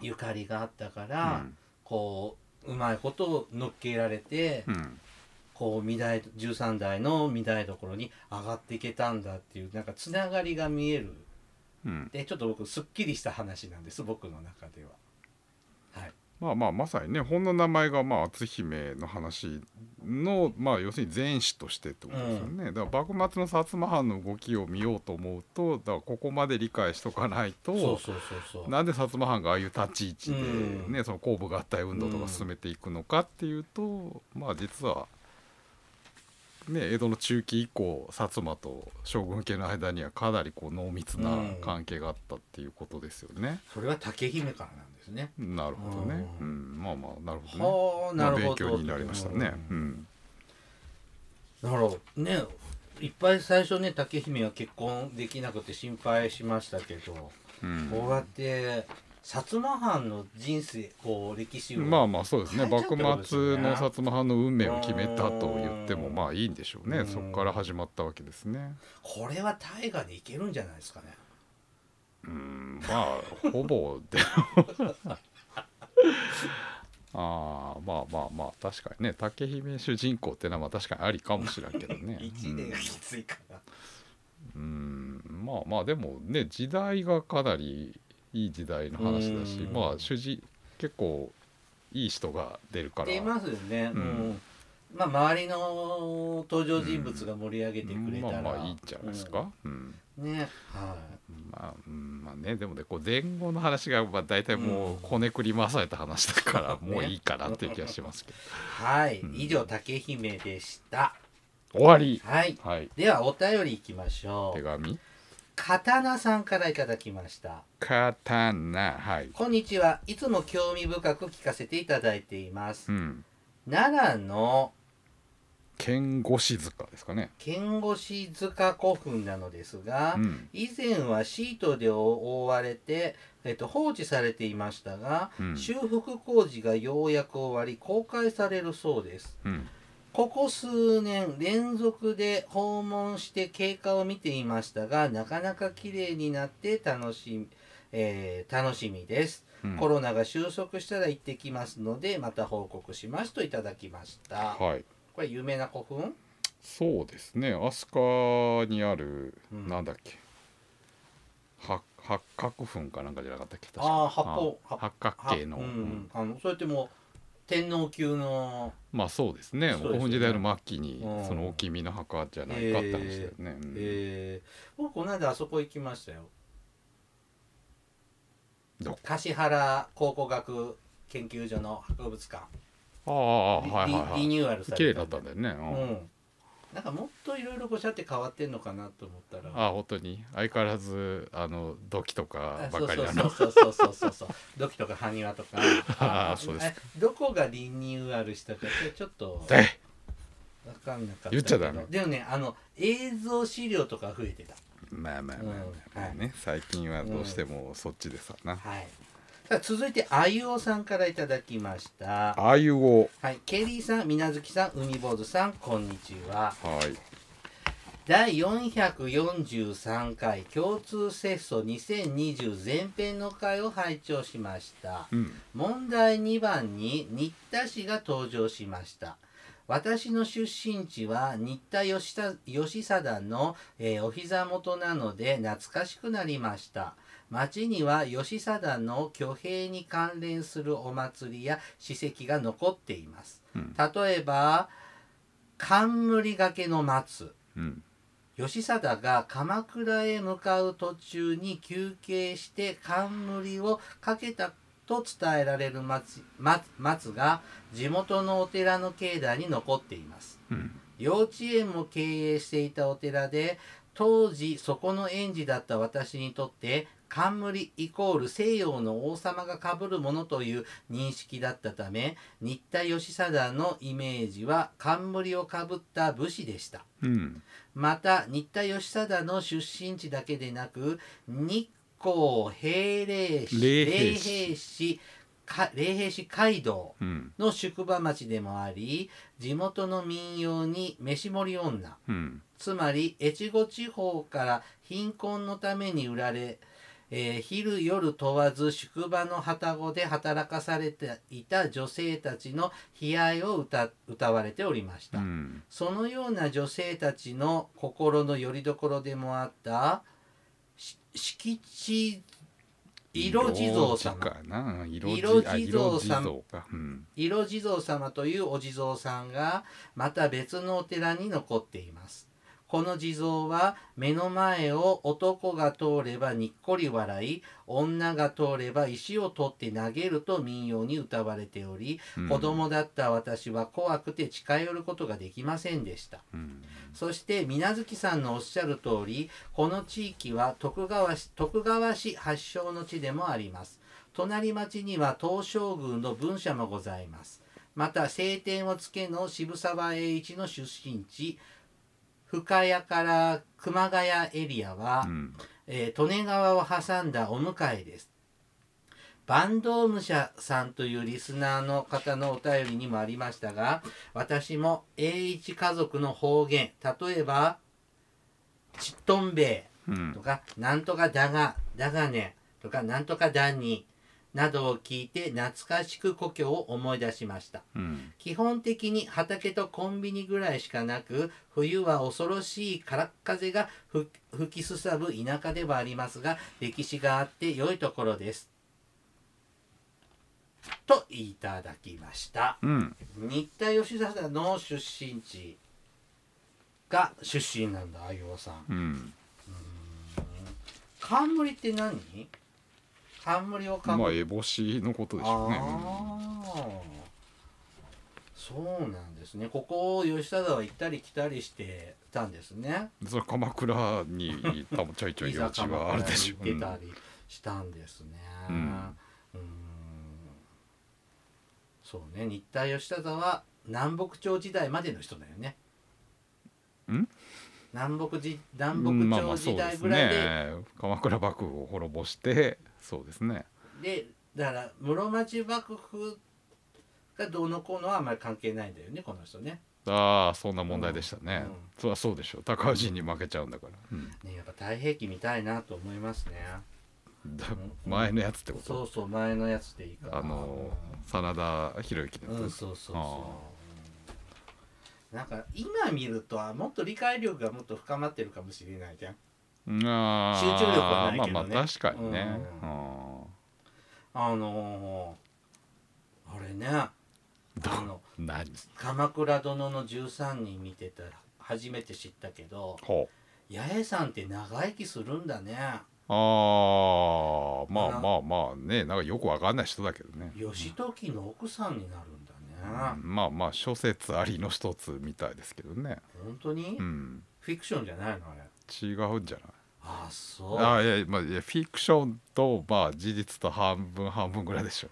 A: ゆかりがあったから、こううまいことを乗っけられて、
B: うん
A: こう御台13代の御台所に上がっていけたんだっていうなんかつながりが見える。
B: うん
A: でちょっと僕すっきりした話なんです僕の中では。はい、
B: まあまあまさにね本の名前がまあ篤姫の話のまあ要するに前史としてってことですよね、だから幕末の薩摩藩の動きを見ようと思うとだからここまで理解しとかないと
A: そうそうそうそう。
B: なんで薩摩藩がああいう立ち位置で、ね
A: う
B: その公武合体運動とか進めていくのかっていうと、まあ実は、ね、江戸の中期以降薩摩と将軍家の間にはかなりこう濃密な
A: うん
B: 関係があったっていうことですよね。
A: それは竹姫からなんですね。
B: なるほどね、う
A: うん
B: ん、まあまあなるほどね。
A: はあ、なるほど。
B: 勉強になりましたね。う
A: うん
B: ん。
A: だからね、いっぱい最初ね竹姫は結婚できなくて心配しましたけど、
B: うん
A: こうやって薩摩藩の人生こう歴史を、
B: まあまあそうですね
A: 変えちゃうってこ
B: 幕
A: とですね
B: 末の薩摩藩の運命を決めたと言っても
A: うん
B: まあいいんでしょうね
A: うん
B: そこから始まったわけですね
A: これは大河でいけるんじゃないですかね。
B: うんまあほぼで ああまあまあまあ確かにね竹姫主人公ってのはまあ確かにありかもしれんけど ね
A: 一年がきついから。
B: うんまあまあでもね時代がかなりいい時代の話だし
A: うん
B: まあ主人結構いい人が出るから
A: 出ますよね。
B: う
A: うんん。まあ周りの登場人物が盛り上げてくれたら、
B: まあまあいいんじゃないですか、うん
A: うん。ね、は
B: まあうんまあねでもねこう前後の話がまあ大体もうこねくり回された話だから
A: うん
B: もういいかなっていう気がしますけ
A: い。はい、
B: うん
A: 以上竹姫でした。
B: ど終わり
A: はい。
B: はい
A: ではお便りいきましょ
B: 手
A: う。
B: 紙
A: 刀さんからいただきました
B: 刀はい
A: こんにちはいつも興味深く聞かせていただいています
B: うん
A: 奈良の
B: 剣護士塚ですかね
A: 剣越塚古墳なのですが、
B: うん
A: 以前はシートで覆われて、えっと、放置されていましたが、
B: うん
A: 修復工事がようやく終わり公開されるそうです
B: うん
A: ここ数年連続で訪問して経過を見ていましたがなかなか綺麗になって楽しみ、えー楽しみです、
B: うん
A: コロナが収束したら行ってきますのでまた報告しますといただきました
B: はい
A: これ有名な古墳
B: そうですね飛鳥にある、
A: うん
B: なんだっけ八八角墳かなんかじゃなかったっけ確か
A: ああ八方
B: あ
A: 八
B: 八角形の、
A: はうん
B: うん
A: あのそれってもう天皇級の
B: まあそうですね
A: そうですよね
B: 古墳時代の末期に、
A: うん
B: その大きみの墓じゃないかって話だよね、うん
A: えー、僕この間あそこ行きましたよ
B: どこ
A: 橿原考古学研究所の博物館
B: ああああはい
A: リ
B: はいは
A: リ
B: い
A: ニューアルされ
B: 綺麗だったた
A: ん
B: ん
A: で
B: だよね、う
A: うんんなんかもっといろいろごしゃって変わってんのかなと思ったら
B: ああ本当に相変わらずあの土器とか
A: あ
B: ば
A: そう
B: かり
A: そう
B: な
A: そ
B: の
A: うそうそうそうそうそう土器とか埴輪とか
B: あーそうです
A: えどこがリニューアルしたかちょっと
B: え
A: わかんなかったけど
B: 言っちゃダメ
A: でもねあの映像資料とか増えてた
B: まあまあまあまあまあ
A: う
B: ね、
A: ん
B: 最近はどうしてもそっちでさな、
A: はいさあ続いてあゆおさんからいただきました
B: ああいうを
A: はいケリーさん水無月さん海坊主さんこんにちは
B: はい
A: 第443回共通セスト2020前編の回を拝聴しました
B: うん
A: 問題2番に新田氏が登場しました私の出身地は新田義田義貞の、えーお膝元なので懐かしくなりました町には義貞の挙兵に関連するお祭りや史跡が残っています、
B: うん
A: 例えば冠掛けの松
B: うん
A: 義貞が鎌倉へ向かう途中に休憩して冠をかけたと伝えられる松松松が地元のお寺の境内に残っています
B: うん
A: 幼稚園も経営していたお寺で当時そこの園児だった私にとって冠イコール西洋の王様が被るものという認識だったため新田義貞のイメージは冠をかぶった武士でした
B: うん
A: また新田義貞の出身地だけでなく日光平霊市
B: 霊
A: 霊平
B: 平市
A: 市か霊平市街道
B: うん
A: の宿場町でもあり地元の民謡に飯盛り女
B: うん
A: つまり越後地方から貧困のために売られ、えー昼夜問わず宿場の旅籠で働かされていた女性たちの悲哀を歌歌われておりました。
B: うん
A: そのような女性たちの心の拠り所でもあったし敷地色地蔵
B: 色地
A: 様
B: かな色
A: 色
B: 地あ
A: 地蔵様
B: 色地蔵かうん
A: 色地蔵様というお地蔵さんがまた別のお寺に残っていますこの地蔵は目の前を男が通ればにっこり笑い女が通れば石を取って投げると民謡に歌われており、
B: うん
A: 子供だった私は怖くて近寄ることができませんでした
B: うん
A: そして水無月さんのおっしゃる通りこの地域は徳川氏徳川氏発祥の地でもあります隣町には東照宮の分社もございますまた晴天をつけの渋沢栄一の出身地深谷から熊谷エリアは、
B: うん
A: えー、利根川を挟んだお迎えです。バンドウムシャさんというリスナーの方のお便りにもありましたが、私も栄一家族の方言、例えば、ちっとんべ
B: う
A: えと
B: ん
A: か、なんとかだが、だがねとか、なんとかだになどを聞いて懐かしく故郷を思い出しました。
B: うん
A: 基本的に畑とコンビニぐらいしかなく冬は恐ろしい空っ風が吹吹きすさぶ田舎ではありますが歴史があって良いところです。といただきました
B: うん
A: 新田義貞の出身地が出身なんだ相葉さん。
B: うん
A: 冠って何冠を
B: まあ
A: 冠
B: 烏帽子のことでしょうね
A: ああーそうなんですねここを吉貞は行ったり来たりしてたんですね
B: それ鎌倉に多分ちょいちょい用地はあるでしょ
A: う、行ってたりしたんですね
B: う
A: うんんそうね新田義忠は南北朝時代までの人だよね
B: ん
A: 南北じ
B: う
A: 南
B: んうんま
A: 北
B: あまあ
A: 朝
B: そ
A: 時
B: うで
A: 代
B: す
A: ぐらいで,、
B: ね鎌倉幕府を滅ぼしてそうですね
A: でだから室町幕府がどうのこうのはあんまり関係ないんだよねこの人ね
B: ああそんな問題でしたね、
A: うんうん
B: そりゃそうでしょう高氏に負けちゃうんだから、うん
A: ねやっぱ太平記見たいなと思いますね
B: だ
A: うん
B: 前のやつってこと
A: そうそう前のやつでいいから
B: あの真田広之のやつ
A: うん、
B: で
A: そう
B: す、
A: そうそう
B: あ
A: うんなんか今見るとはもっと理解力がもっと深まってるかもしれないじゃん
B: あー
A: 集中力はないけどね
B: まあまあ確かにね、
A: う
B: うん
A: あのー、あれね
B: ど
A: あの
B: 何
A: 「鎌倉殿の13人」見てたら初めて知ったけど
B: ほう
A: 八重さんって長生きするんだね
B: ああま
A: あ
B: あ
A: ら
B: まあまあねなんかよくわかんない人だけどね
A: 義時の奥さんになるんだ
B: うん
A: ね、
B: まあまあ諸説ありの一つみたいですけどね
A: 本当に、
B: うん
A: フィクションじゃないのあれ
B: 違うんじゃない
A: あそう
B: あいやいやまあいやフィクションとまあ事実と半分半分ぐらいでしょ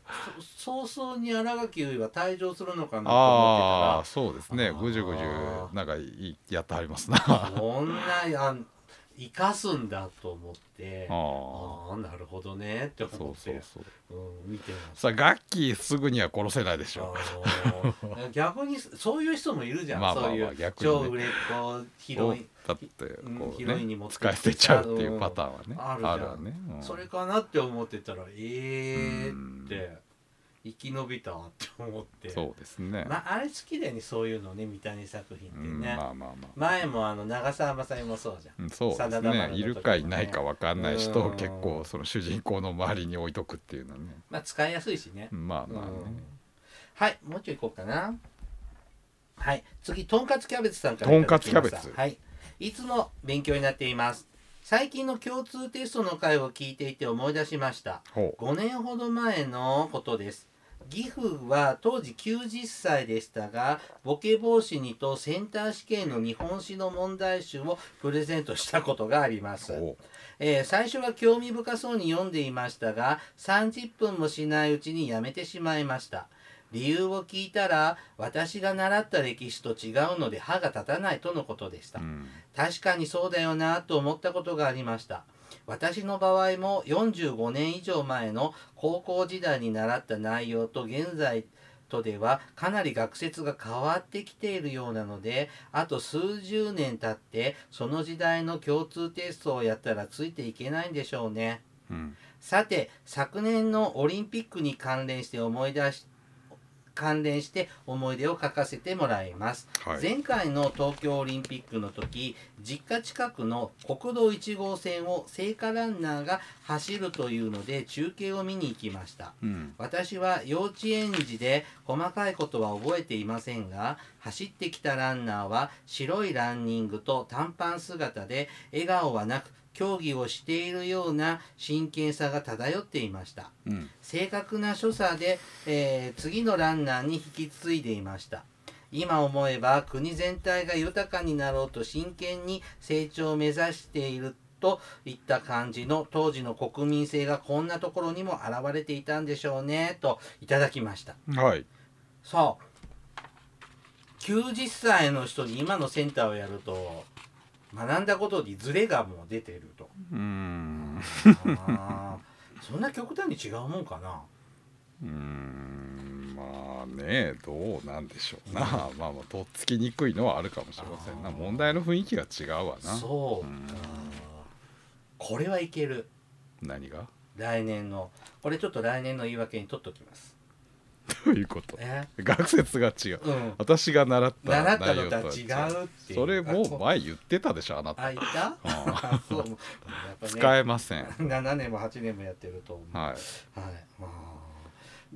A: そ早々に新垣結衣は退場するのかなと
B: ああ
A: 思
B: ーそうですね
A: あー
B: ぐじゅぐじゅなんかいやっては りますなあ
A: ってたらこんなあん生かすんだと思ってあ
B: あ
A: あなるほどねって
B: そ
A: 思
B: う
A: っ
B: そう
A: て
B: そう
A: うん見てます
B: さあガッキーすぐには殺せないでし ょ
A: あのー逆にそういう人もいるじゃん、
B: まあまあまあ
A: そういう
B: 逆にね
A: 超売れっ子ヒロイン
B: だって
A: ん
B: こう
A: ヒロインに持っ
B: ね
A: てき
B: 使い捨てちゃうっていうパターンはね
A: うん
B: あ
A: ある
B: る
A: じゃん
B: わねうん
A: それかなって思ってたらええ
B: う
A: ー、
B: ん
A: って生き延びたって思って
B: そうですね
A: まああれ好きだよねそういうのね三谷作品って
B: うん
A: ね、
B: まあまあまあ
A: 前もあの長澤まさみもそうじゃん
B: うんそうで
A: 真
B: す
A: 田丸の
B: ね
A: 時もね
B: いるかいないかわかんない人を
A: うん
B: 結構その主人公の周りに置いとくっていうのはね
A: まあ使いやすいしね、
B: まあまあ
A: うん
B: ね
A: はいもうちょい行こうかなはい次とんかつキャベツさんから
B: とんかつ
A: いただきました
B: キャベツ
A: はいいつも勉強になっています最近の共通テストの回を聞いていて思い出しました
B: ほ
A: 5年ほど前のことです義父は当時90歳でしたがボケ防止にとセンター試験の日本史の問題集をプレゼントしたことがありま
B: う
A: す
B: ほ
A: えー最初は興味深そうに読んでいましたが30分もしないうちにやめてしまいました理由を聞いたら私が習った歴史と違うので歯が立たないとのことでした
B: ううん
A: 確かにそうだよなと思ったことがありました私の場合も45年以上前の高校時代に習った内容と現在とではかなり学説が変わってきているようなのであと数十年経ってその時代の共通テストをやったらついていけないんでしょうね
B: うん
A: さて昨年のオリンピックに関連して思い出し関連して思い出を書かせてもらいます
B: はい
A: 前回の東京オリンピックの時実家近くの国道1号線を聖火ランナーが走るというので中継を見に行きました
B: うん
A: 私は幼稚園児で細かいことは覚えていませんが走ってきたランナーは白いランニングと短パン姿で笑顔はなく競技をしているような真剣さが漂っていました
B: うん
A: 正確な所作で、えー次のランナーに引き継いでいました今思えば国全体が豊かになろうと真剣に成長を目指しているといった感じの当時の国民性がこんなところにも現れていたんでしょうねといただきました
B: はい
A: そう90歳の人に今のセンターをやると学んだことにズレがもう出てると
B: うーん
A: あーそんな極端に違うもんかな
B: うーんまあねどうなんでしょうな まあまあとっつきにくいのはあるかもしれませんな
A: あー
B: 問題の雰囲気が違うわな
A: そうか、
B: うん
A: これはいける
B: 何が
A: 来年のこれちょっと来年の言い訳に取っときます
B: どういうこと
A: え
B: 学説が違う
A: うん
B: 私が習った
A: 習った
B: 内
A: の
B: 容と
A: とは
B: は
A: 違うっていう
B: それもう
A: あこ
B: 前言ってたでしょあなた
A: あいた
B: あ
A: そうやっぱね
B: 使えません
A: 7年も8年もやってると思う
B: はい
A: はい、あー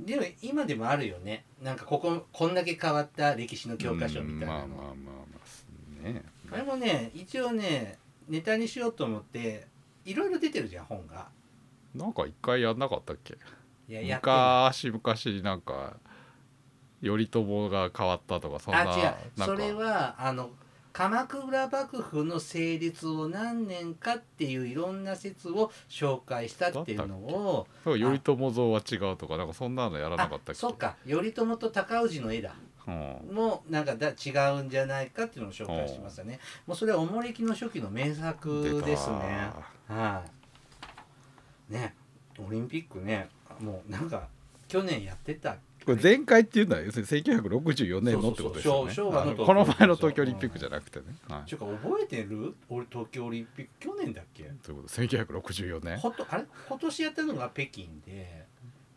A: でも今でもあるよねなんかこここんだけ変わった歴史の教科書みたいな
B: うんまあまあまあ
A: の
B: まあね
A: あれもね一応ねネタにしようと思っていろいろ出てるじゃん本が
B: なんか一回やんなかったっけ
A: いややってない
B: 昔昔なんか頼朝が変わったとかそんな
A: あ違う
B: なん
A: そ
B: か
A: れはあの鎌倉幕府の成立を何年かっていういろんな説を紹介したっていうのを
B: そう頼朝像は違うとかなんかそんなのやらな
A: あ
B: かったっけ
A: そっか頼朝と高氏の絵だ
B: うん、
A: もうなんかだ違うんじゃないかっていうのを紹介しましたねもうそれはおもれきの初期の名作ですねはいねオリンピックねもうなんか去年やってた
B: これ前回っていうのは要するに1964年のってことですよね
A: そうそうそう昭和の
B: あの
A: 東京
B: この前の東京オリンピックじゃなくてね、はい
A: ちゅうか覚えてる俺東京オリンピック去年だっけ
B: ということ1964年
A: ほとあれ今年やったのが北京で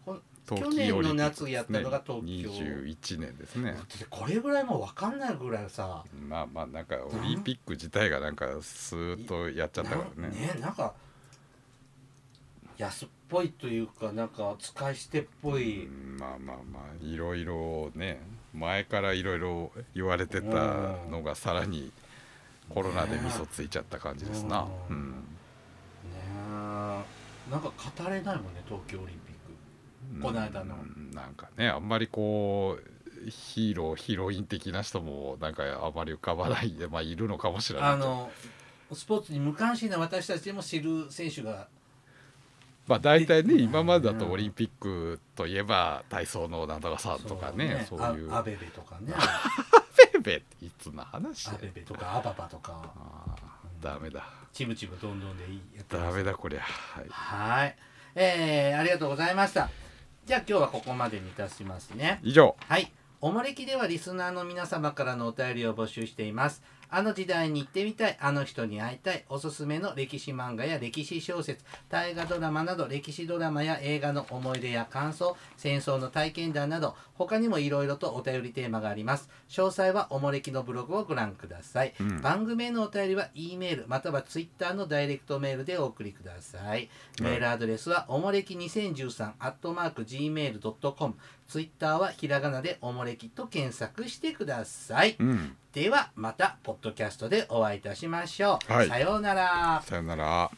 A: こ
B: 冬季
A: 去
B: オリンピック
A: 年の夏やったのが東京、
B: 21年ですね
A: これぐらいもう分かんないぐらいさ
B: まあまあなんかオリンピック自体がなんかスーッとやっちゃったからね
A: なんか安っぽいというかなんか使い捨てっぽい、
B: うんまあまあまあいろいろね前からいろいろ言われてたのがさらにコロナで味噌ついちゃった感じですな、う
A: うん
B: ん
A: ねえなんか語れないもんね東京オリンピックこの間の
B: うんなんかねあんまりこうヒーローヒロイン的な人もなんかあまり浮かばないでまあいるのかもしれない
A: あ
B: けど
A: のスポーツに無関心な私たちでも知る選手が
B: まあ大体ね今までだとオリンピックといえば体操のなんとかさんとかねそういう
A: あアベベとか ね
B: ベベっていつの話
A: アベベとかアババとか
B: あーダメだ
A: チムチムどんどんでいいやってます
B: ダメだこりゃはい
A: はい。えー、ありがとうございました。じゃあ今日はここまでにいたしますね。
B: 以上
A: はい。おもれきではリスナーの皆様からのお便りを募集しています。あの時代に行ってみたい、あの人に会いたい、おすすめの歴史漫画や歴史小説、大河ドラマなど歴史ドラマや映画の思い出や感想、戦争の体験談など、他にもいろいろとお便りテーマがあります。詳細はおもれきのブログをご覧ください。
B: うん
A: 番組へのお便りは E メールまたは Twitter のダイレクトメールでお送りくださいメールアドレスはおもれき2013アットマーク Gmail.com ツイッターはひらがなでおもれきと検索してください
B: うん
A: ではまたポッドキャストでお会いいたしましょう、
B: はい
A: さようなら
B: さよなら